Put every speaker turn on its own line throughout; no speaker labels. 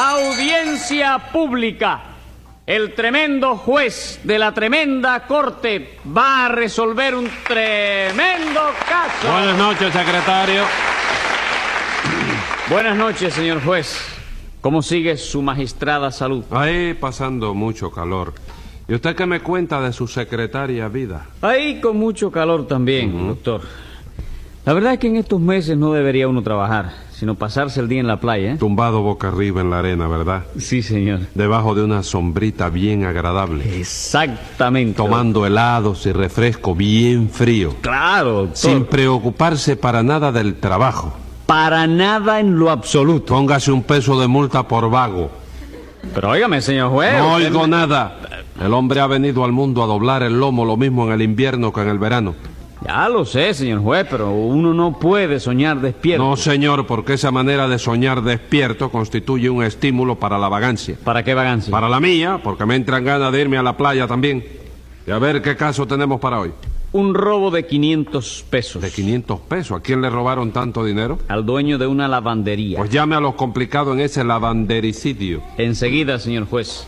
Audiencia pública. El tremendo juez de la tremenda corte va a resolver un tremendo caso.
Buenas noches, secretario.
Buenas noches, señor juez. ¿Cómo sigue su magistrada salud?
Ahí pasando mucho calor. ¿Y usted qué me cuenta de su secretaria vida?
Ahí con mucho calor también, doctor. La verdad es que en estos meses no debería uno trabajar, sino pasarse el día en la playa. ¿eh?
Tumbado boca arriba en la arena, ¿verdad?
Sí, señor.
Debajo de una sombrita bien agradable.
Exactamente.
Tomando helados y refresco bien frío.
Claro, doctor.
Sin preocuparse para nada del trabajo.
Para nada en lo absoluto.
Póngase un peso de multa por vago.
Pero óigame, señor juez.
No
usted-
oigo nada. El hombre ha venido al mundo a doblar el lomo, lo mismo en el invierno que en el verano.
Ya lo sé, señor juez, pero uno no puede soñar despierto.
No, señor, porque esa manera de soñar despierto constituye un estímulo para la vagancia.
¿Para qué vagancia?
Para la mía, porque me entran ganas de irme a la playa también. Y a ver qué caso tenemos para hoy.
Un robo de 500 pesos.
De 500 pesos. ¿A quién le robaron tanto dinero?
Al dueño de una lavandería.
Pues llame a los complicados en ese lavandericidio.
Enseguida, señor juez.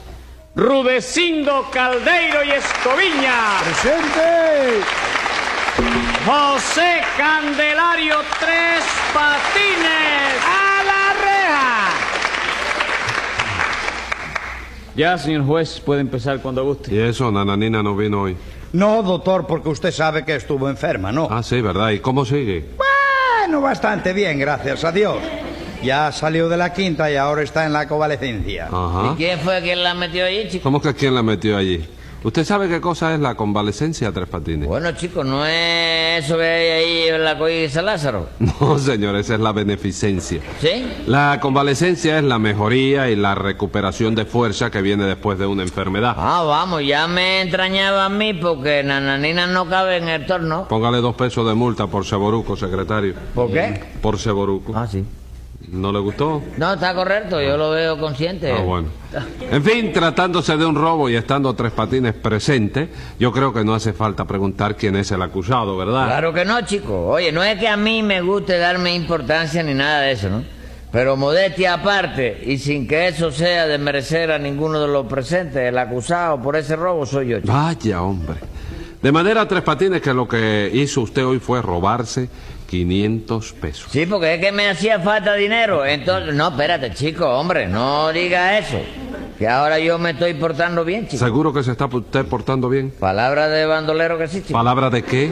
Rudecindo Caldeiro y Escoviña.
¡Presente!
José Candelario Tres Patines. ¡A la reja! Ya, señor juez, puede empezar cuando guste.
Y eso, Nananina no vino hoy.
No, doctor, porque usted sabe que estuvo enferma, ¿no?
Ah, sí, ¿verdad? ¿Y cómo sigue?
Bueno, bastante bien, gracias a Dios. Ya salió de la quinta y ahora está en la convalecencia.
Ajá.
¿Y quién fue que la metió ahí, chico?
¿Cómo que quién la metió allí? ¿Usted sabe qué cosa es la convalecencia, Tres Patines?
Bueno, chico, no es eso que hay ahí en la coisa Lázaro.
No, señor, esa es la beneficencia.
¿Sí?
La convalecencia es la mejoría y la recuperación de fuerza que viene después de una enfermedad.
Ah, vamos, ya me entrañaba a mí porque Nananina no cabe en el torno.
Póngale dos pesos de multa por Seboruco, secretario.
¿Por qué?
Por Seboruco.
Ah, sí.
¿No le gustó?
No, está correcto, yo lo veo consciente.
Ah, bueno. En fin, tratándose de un robo y estando Tres Patines presente, yo creo que no hace falta preguntar quién es el acusado, ¿verdad?
Claro que no, chico. Oye, no es que a mí me guste darme importancia ni nada de eso, ¿no? Pero modestia aparte, y sin que eso sea de merecer a ninguno de los presentes, el acusado por ese robo soy yo, chico.
Vaya, hombre. De manera, Tres Patines, que lo que hizo usted hoy fue robarse 500 pesos.
Sí, porque es que me hacía falta dinero. Entonces, no, espérate, chico, hombre, no diga eso. Que ahora yo me estoy portando bien, chico.
¿Seguro que se está usted portando bien?
Palabra de bandolero que sí, chico.
¿Palabra de qué?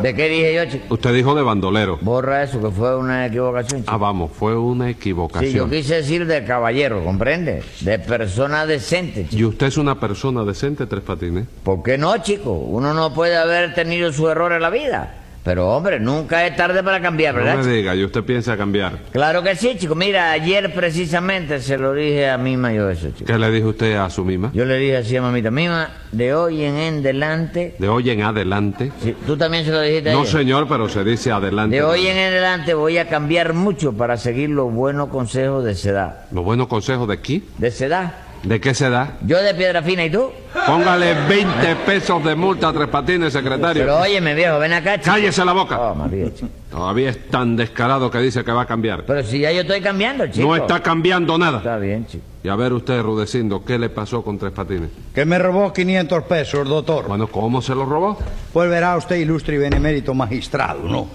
¿De qué dije yo, chico?
Usted dijo de bandolero.
Borra eso, que fue una equivocación,
Ah,
chico.
vamos, fue una
Sí, yo
equivocación.
quise decir de caballero, ¿comprende? De persona decente, chico.
¿Y usted es una persona decente, Tres Patines?
¿Por qué no, chico? Uno no puede haber tenido su error en la vida. Pero, hombre, nunca es tarde para cambiar,
No
¿verdad?
me
chico?
diga, y usted piensa cambiar.
Claro que sí, chico. Mira, ayer precisamente se lo dije a mi mayor eso, chico.
¿Qué le dijo usted a su mima?
Yo le dije así a mamita, mima, de hoy en adelante...
De hoy en adelante.
Sí, ¿Tú también se lo dijiste
No,
ayer?
señor, pero se dice adelante.
De hoy en adelante voy a cambiar mucho para seguir los buenos consejos de Sedá.
Los buenos consejos de aquí.
¿De Sedá?
¿De qué se da?
Yo de Piedra Fina, ¿y tú?
Póngale 20 pesos de multa a Tres Patines, secretario.
Pero óyeme, viejo, ven acá, chico.
¡Cállese la boca!
Oh, María, chico.
Todavía es tan descarado que dice que va a cambiar.
Pero si ya yo estoy cambiando, chico.
No está cambiando nada.
Está bien, chico.
Y a ver usted, Rudecindo, ¿qué le pasó con Tres Patines?
Que me robó 500 pesos, doctor.
Bueno, ¿cómo se lo robó?
Pues verá usted, ilustre y benemérito magistrado, ¿no?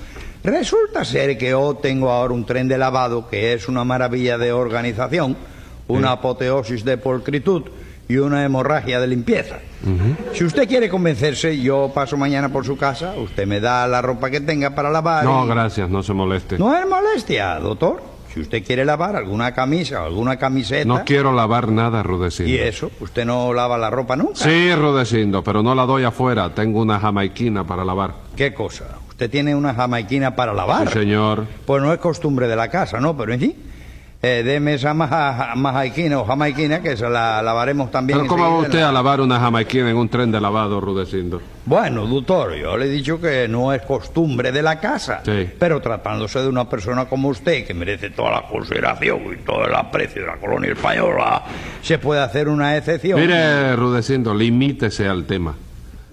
Resulta ser que yo tengo ahora un tren de lavado que es una maravilla de organización, una apoteosis de pulcritud y una hemorragia de limpieza. Si usted quiere convencerse, yo paso mañana por su casa, usted me da la ropa que tenga para lavar.
No,
y-
gracias, no se moleste.
No es molestia, doctor. Si usted quiere lavar alguna camisa o alguna camiseta...
No quiero lavar nada, Rudecindo.
Y eso, usted no lava la ropa nunca.
Sí, Rudecindo, pero no la doy afuera. Tengo una jamaiquina para lavar.
¿Qué cosa? Usted tiene una jamaiquina para lavar.
Sí, señor.
Pues no es costumbre de la casa, ¿no? Pero en fin, eh, deme esa maja- majaiquina o jamaiquina que se la lavaremos también.
¿Pero cómo va
enseguida.
usted a lavar una jamaiquina en un tren de lavado, Rudecindo?
Bueno, doctor, yo le he dicho que no es costumbre de la casa.
Sí.
Pero tratándose de una persona como usted, que merece toda la consideración y todo el aprecio de la colonia española, se puede hacer una excepción.
Mire, Rudecindo, limítese al tema.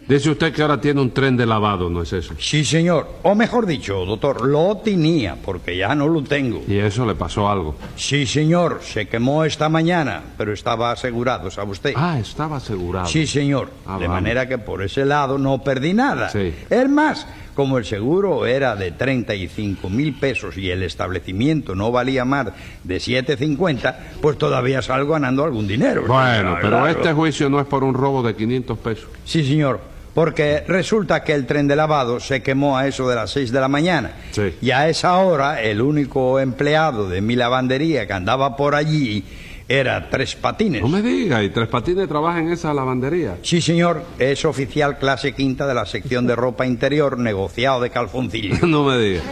Dice usted que ahora tiene un tren de lavado, ¿no es eso?
Sí, señor. O mejor dicho, doctor, lo tenía, porque ya no lo tengo.
Y eso le pasó algo.
Sí, señor, se quemó esta mañana, pero estaba asegurado, ¿sabe usted?
Ah, estaba asegurado.
Sí, señor.
Ah,
de
vamos.
manera que por ese lado no perdí nada.
Sí.
Es más, como el seguro era de 35 mil pesos y el establecimiento no valía más de 7.50, pues todavía salgo ganando algún dinero.
Bueno,
Claro,
pero
claro.
este juicio no es por un robo de 500 pesos.
Sí, señor. Porque resulta que el tren de lavado se quemó a eso de las 6 de la mañana.
Sí.
Y a esa hora el único empleado de mi lavandería que andaba por allí era Tres Patines.
No me diga, y Tres Patines trabaja en esa lavandería.
Sí, señor, es oficial clase quinta de la sección de ropa interior, negociado de calzoncillo.
no me diga.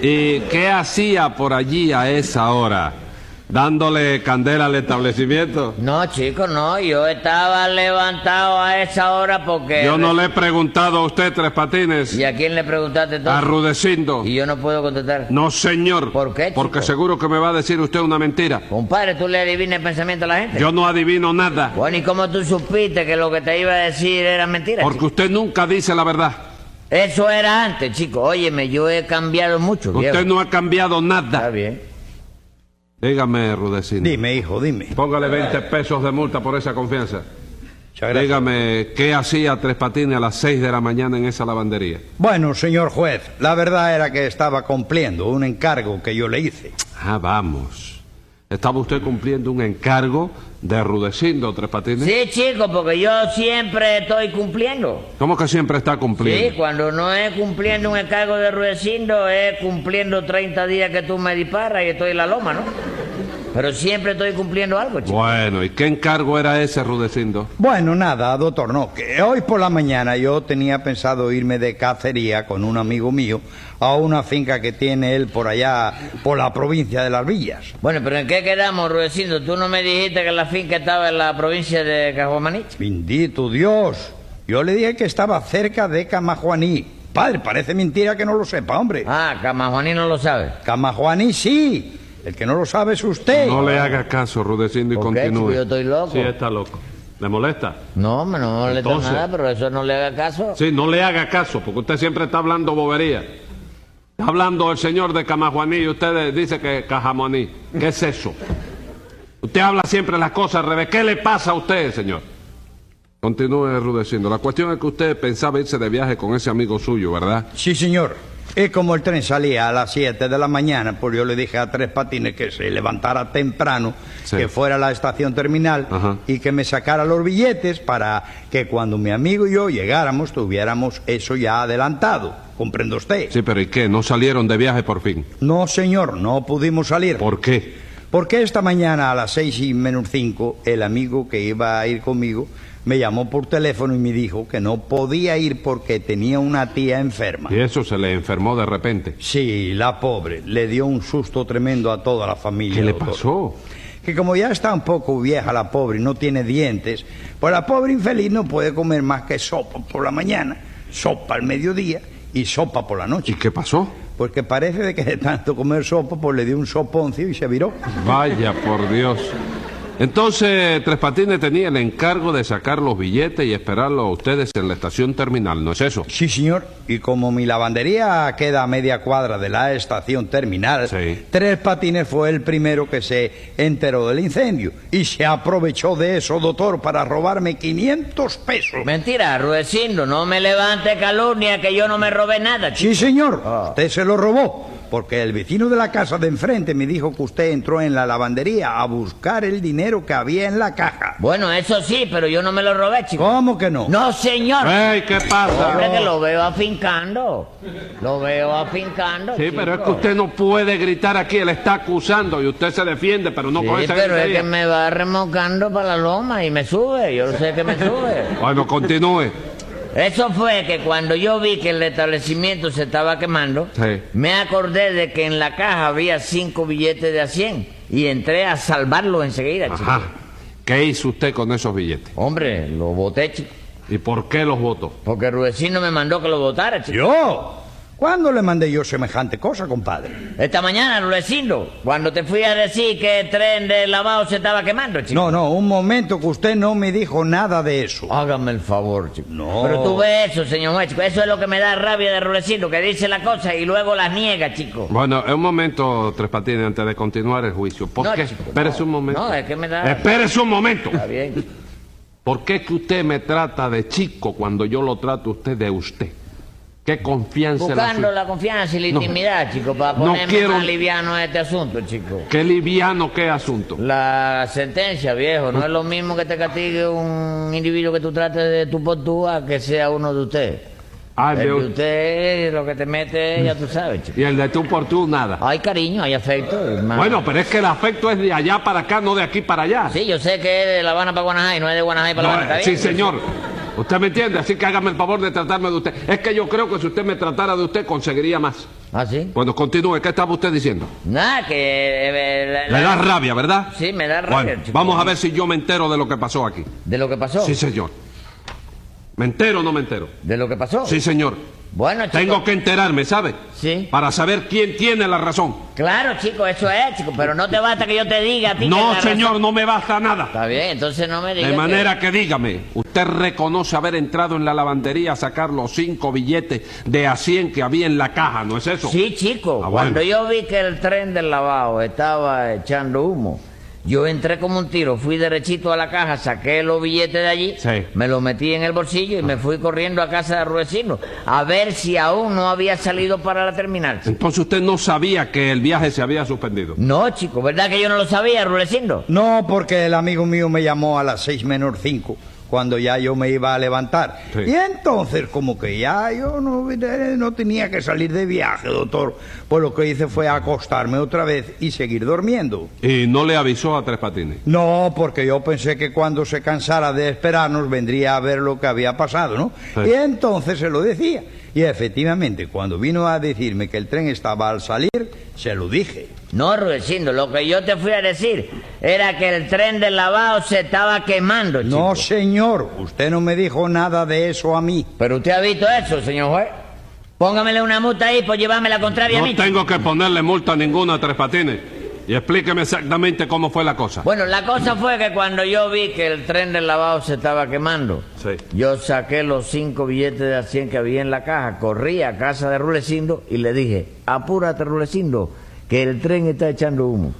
¿Y qué hacía por allí a esa hora? ¿Dándole candela al establecimiento?
No, chicos, no. Yo estaba levantado a esa hora porque...
Yo no le he preguntado a usted, Tres Patines,
¿Y a quién le preguntaste todo?
a Rudecindo.
Y yo no puedo contestar.
No, señor.
¿Por qué,
Porque
chico?
seguro que me va a decir usted una mentira.
Compadre, ¿tú le adivinas el pensamiento a la gente?
Yo no adivino nada.
Bueno, ¿y cómo tú supiste que lo que te iba a decir era mentira?
Porque
chico?
usted nunca dice la verdad.
Eso era antes, chico. Óyeme, yo he cambiado mucho,
Usted
viejo.
no ¿Eh? ha cambiado
Está
nada.
bien.
Dígame, Rudecindo.
Dime, hijo, dime.
Póngale 20 pesos de multa por esa confianza.
Muchas gracias.
Dígame, ¿qué hacía Tres Patines a las 6 de la mañana en esa lavandería?
Bueno, señor juez, la verdad era que estaba cumpliendo un encargo que yo le hice.
Ah, vamos. ¿Estaba usted cumpliendo un encargo de Rudecindo, Tres Patines?
Sí, chico, porque yo siempre estoy cumpliendo.
¿Cómo que siempre está
Sí,
cumpliendo?
cuando no es cumpliendo un encargo de Rudecindo, es cumpliendo 30 días que tú me disparas y estoy en la loma, ¿no? Pero siempre estoy cumpliendo algo, chico.
Bueno, ¿y qué encargo era ese, Rudecindo?
Bueno, nada, doctor, no, que hoy por la mañana yo tenía pensado irme de cacería con un amigo mío a una finca que tiene él por allá, por la provincia de Las Villas.
Bueno, pero ¿en qué quedamos, Rudecindo? Tú no me dijiste que la finca estaba en la provincia de Cajuamanich.
Bendito Dios, yo le dije que estaba cerca de Camajuaní. Padre, parece mentira que no lo sepa,
Eh.
hombre.
Ah, Camajuaní no lo sabe.
Camajuaní sí, el que no lo sabe es usted.
No le haga caso, Rudecindo, y
¿Por qué,
continúe.
chico? Yo estoy loco.
Sí, está loco. ¿Le molesta?
No, hombre, no me molesta
Entonces.
nada, pero eso no le haga caso.
Sí, no le haga caso, porque usted siempre está hablando bobería. Está hablando el señor de Camajuaní y usted dice que Cajamoní. ¿Qué es eso? Usted habla siempre las cosas al revés. ¿Qué le pasa a usted, señor? Continúe rudeciendo. La cuestión es que usted pensaba irse de viaje con ese amigo suyo, ¿verdad?
Sí, señor. Y como el tren salía a las 7 de la mañana, pues yo le dije a Tres Patines que se levantara temprano,
Sí.
que fuera a la estación terminal
Ajá.
y que me sacara los billetes para que cuando mi amigo y yo llegáramos tuviéramos eso ya adelantado. ¿Comprende usted?
Sí, pero ¿y qué? ¿No salieron de viaje por fin?
No, señor, no pudimos salir.
¿Por qué?
Porque esta mañana a las seis y menos cinco, el amigo que iba a ir conmigo me llamó por teléfono y me dijo que no podía ir porque tenía una tía enferma.
Y eso se le enfermó de repente.
Sí, la pobre. Le dio un susto tremendo a toda la familia.
¿Qué le
doctor.
pasó?
Que como ya está un poco vieja la pobre y no tiene dientes, pues la pobre infeliz no puede comer más que sopa por la mañana, sopa al mediodía y sopa por la
¿Y
noche.
qué pasó?
Porque parece de que de tanto comer sopa, pues le dio un soponcio y se viró.
Vaya, por Dios. Entonces, Tres Patines tenía el encargo de sacar los billetes y esperarlos a ustedes en la estación terminal, ¿no es eso?
Sí, señor. Y como mi lavandería queda a media cuadra de la estación terminal,
Sí.
Tres Patines fue el primero que se enteró del incendio y se aprovechó de eso, doctor, para robarme 500 pesos.
Mentira, Rudecindo, no me levante calumnia que yo no me robé nada, chico.
Sí, señor.
Ah.
Usted se lo robó. Porque el vecino de la casa de enfrente me dijo que usted entró en la lavandería a buscar el dinero que había en la caja.
Bueno, eso sí, pero yo no me lo robé, chico.
¿Cómo que no?
No, señor.
¡Ey, qué pasa!
Hombre, que lo veo afincando. Lo veo afincando.
Sí, pero es
chico.
que usted no puede gritar aquí, él está acusando y usted se defiende, pero no con
Sí,
esa
pero es
gritería.
que me va remolcando para la loma y me sube. Yo sé que me sube.
Bueno, continúe.
Eso fue que cuando yo vi que el establecimiento se estaba quemando,
Sí.
me acordé de que en la caja había cinco billetes de a 100 y entré a salvarlos enseguida, chico.
Ajá. ¿Qué hizo usted con esos billetes?
Hombre, lo boté, chico.
¿Y por qué los votó?
Porque Rudecindo me mandó que lo votara, chico.
¿Yo? ¿Cuándo le mandé yo semejante cosa, compadre?
Esta mañana, Luecindo, cuando te fui a decir que el tren de lavado se estaba quemando, chico.
No, no, un momento que usted no me dijo nada de eso.
Hágame el favor, chico.
No.
Pero tú ves eso, señor juez, chico. Eso es lo que me da rabia de Rulecindo, que dice la cosa y luego las niega, chico.
Bueno, eh, un momento, Tres Patines, antes de continuar el juicio. ¿Por
No,
qué?
chico,
Espérese
no.
un momento.
No, es que me da-
Espérese un momento.
Está bien. chico.
¿Por qué es que usted me trata de chico cuando yo lo trato a usted de usted? ¿Qué confianza es la
Buscando
suya?
la confianza y la
No.
intimidad, chico, para
No
ponerme
quiero-
más liviano a este asunto, chico.
¿Qué liviano, qué asunto?
La sentencia, viejo, no es lo mismo que te castigue un individuo que tú trates de tu por tú a que sea uno de ustedes.
Ay,
El de
Ah, veo-
usted, lo que te mete, ya tú sabes, chico.
Y el de tú por tú, nada.
Hay cariño, hay afecto. hermano.
Bueno, pero es que el afecto es de allá para acá, no de aquí para allá.
Sí, yo sé que es de La Habana para Guanajay, no es de Guanajay
No,
para La Habana.
eh,
¿está
sí,
bien?
señor. Usted me entiende, así que hágame el favor de tratarme de usted. Es que yo creo que si usted me tratara de usted, conseguiría más.
¿Ah, sí?
Bueno, continúe, ¿qué estaba usted diciendo?
Nada, que... eh, eh, la-
Le da
la-
rabia, ¿verdad?
Sí, me da rabia,
Bueno,
chico.
vamos a ver si yo me entero de lo que pasó aquí.
¿De lo que pasó?
Sí, señor. ¿Me entero o no me entero?
¿De lo que pasó?
Sí, señor.
Bueno, chico.
Tengo que enterarme, ¿sabe?
Sí.
Para saber quién tiene la razón.
Claro, chico, eso es, chico, pero no te basta que yo te diga a ti que
No,
la
señor, no me basta nada.
Está bien, entonces no me digas.
De
que-
manera que dígame, ¿usted reconoce haber entrado en la lavandería a sacar los cinco billetes de a 100 que había en la caja, no es eso?
Sí, chico.
Ah, bueno.
Cuando yo vi que el tren del lavado estaba echando humo, yo entré como un tiro, fui derechito a la caja, saqué los billetes de allí,
Sí.
me los metí en el bolsillo y me fui corriendo a casa de Ruecino a ver si aún no había salido para la terminal. chico.
Entonces usted no sabía que el viaje se había suspendido.
No, chico, ¿verdad que yo no lo sabía, Rulecino?
No, porque el amigo mío me llamó a las seis menos cinco, cuando ya yo me iba a levantar.
Sí.
Y entonces, como que ya yo no, eh, no tenía que salir de viaje, doctor. Pues lo que hice fue acostarme otra vez y seguir durmiendo.
Y no le avisó a Tres Patines.
No, porque yo pensé que cuando se cansara de esperarnos vendría a ver lo que había pasado, ¿no?
Sí.
Y entonces se lo decía. Y efectivamente, cuando vino a decirme que el tren estaba al salir, se lo dije.
No, Rulecino, lo que yo te fui a decir era que el tren del lavado se estaba quemando, chico.
pues.
No, señor, usted no me dijo nada de eso a mí.
Pero usted ha visto eso, señor juez. Póngamele una multa ahí por llevarme la contraria a mí.
No
chico.
tengo que ponerle multa ninguna a Tres Patines. Y explíqueme exactamente cómo fue la cosa.
Bueno, la cosa fue que cuando yo vi que el tren del lavado se estaba quemando,
Sí.
yo saqué los cinco billetes de a 100 que había en la caja, corrí a casa de Rulecindo y le dije, apúrate Rulecindo, que el tren está echando humo.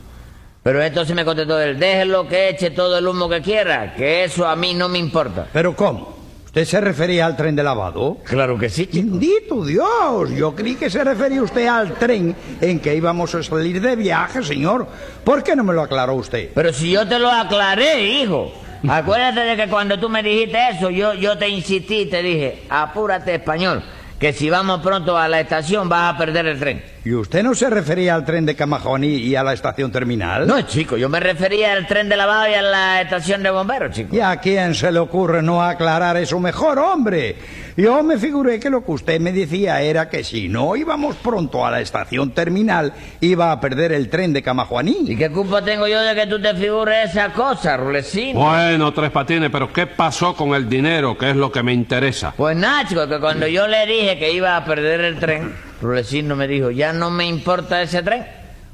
Pero entonces me contestó él, déjelo que eche todo el humo que quiera, que eso a mí no me importa.
¿Pero cómo? ¿Usted se refería al tren de lavado?
Claro que sí,
Bendito Dios, yo creí que se refería usted al tren en que íbamos a salir de viaje, señor. ¿Por qué no me lo aclaró usted?
Pero si yo te lo aclaré, hijo. Acuérdate de que cuando tú me dijiste eso, yo, yo te insistí y te dije, apúrate español, que si vamos pronto a la estación vas a perder el tren.
¿Y usted no se refería al tren de Camajoní y a la estación terminal?
No, chico, yo me refería al tren de lavado y a la estación de bomberos, chico.
¿Y a quién se le ocurre no aclarar eso mejor, hombre? Yo me figuré que lo que usted me decía era que si no íbamos pronto a la estación terminal, iba a perder el tren de
¿Y
Camajuaní.
qué culpa tengo yo de que tú te figures esa cosa, Rulecino?
Bueno, Tres Patines, pero ¿qué pasó con el dinero? Que es lo que me interesa.
Pues nada, chico, que cuando yo le dije que iba a perder el tren, Rulecino me dijo, ya no me importa ese tren.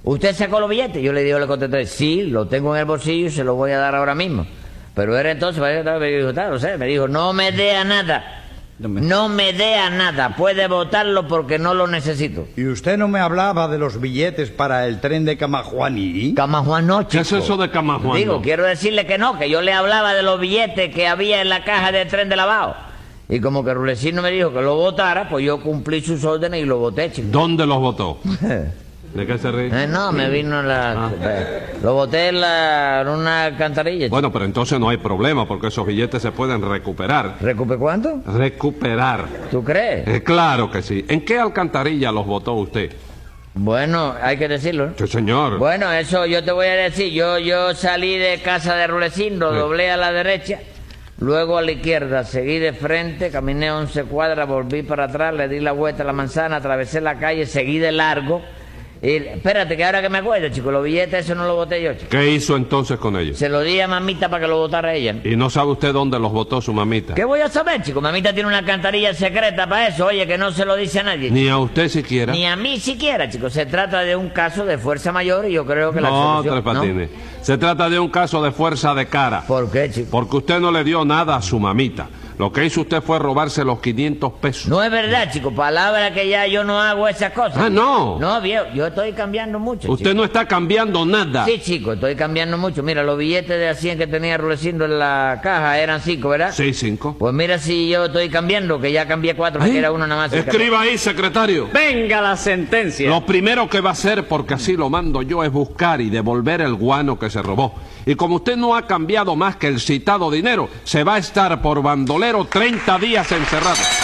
¿Usted sacó los billetes? Yo le digo, le contesté, sí, lo tengo en el bolsillo y se lo voy a dar ahora mismo. Pero era entonces, me dijo, "Tal, o sea", me dijo, no me dé a nada. No me dé a nada, puede votarlo porque no lo necesito.
¿Y usted no me hablaba de los billetes para el tren de Camajuaní?
Camajuan no,
¿Qué es
chico.
eso de Camajuan?
Digo, quiero decirle que no, que yo le hablaba de los billetes que había en la caja del tren de lavado. Y como que Rulecino me dijo que lo votara, pues yo cumplí sus órdenes y lo voté, chico.
¿Dónde los votó? ¿De qué se ríe?
Eh, no, me vino la...
Ah.
eh, Lo boté en, la- en una alcantarilla. chico.
Bueno, pero entonces no hay problema porque esos billetes se pueden recuperar.
¿Recupe cuánto?
Recuperar.
¿Tú crees?
Eh, claro que sí. ¿En qué alcantarilla los votó usted?
Bueno, hay que decirlo. ¿no?
Sí, señor.
Bueno, eso yo te voy a decir. Yo, yo salí de casa de Rulecindo,
Sí.
doblé a la derecha, luego a la izquierda, seguí de frente, caminé 11 cuadras, volví para atrás, le di la vuelta a la manzana, atravesé la calle, seguí de largo Y espérate, que ahora que me acuerdo, chico, los billetes eso no lo boté yo, chico.
¿Qué hizo entonces con ellos?
Se lo di a mamita para que lo botara ella.
Y no sabe usted dónde los votó su mamita.
¿Qué voy a saber, chico? Mamita tiene una alcantarilla secreta para eso, oye, que no se lo dice a nadie.
Ni a usted siquiera.
Ni a mí siquiera, chicos. Se trata de un caso de fuerza mayor y yo creo que la
No,
solución...
Tres Patines. Se trata de un caso de fuerza de cara.
¿Por qué, chico?
Porque usted no le dio nada a su mamita. Lo que hizo usted fue robarse los 500 pesos.
No es verdad, chico. Palabra que ya yo no hago esas cosas.
Ah, no.
No, viejo. Yo estoy cambiando mucho.
usted no está cambiando nada.
chico. Sí, chico, estoy cambiando mucho. Mira, los billetes de 100 que tenía Rulecindo en la caja eran cinco, ¿verdad?
Sí, cinco.
Pues mira si yo estoy cambiando, que ya cambié cuatro,
Ahí.
que era uno nada más.
Escriba ahí, secretario.
Venga la sentencia.
Lo primero que va a hacer, porque así lo mando yo, es buscar y devolver el guano que se robó. Y como usted no ha cambiado más que el citado dinero, se va a estar por bandolero 30 días encerrado.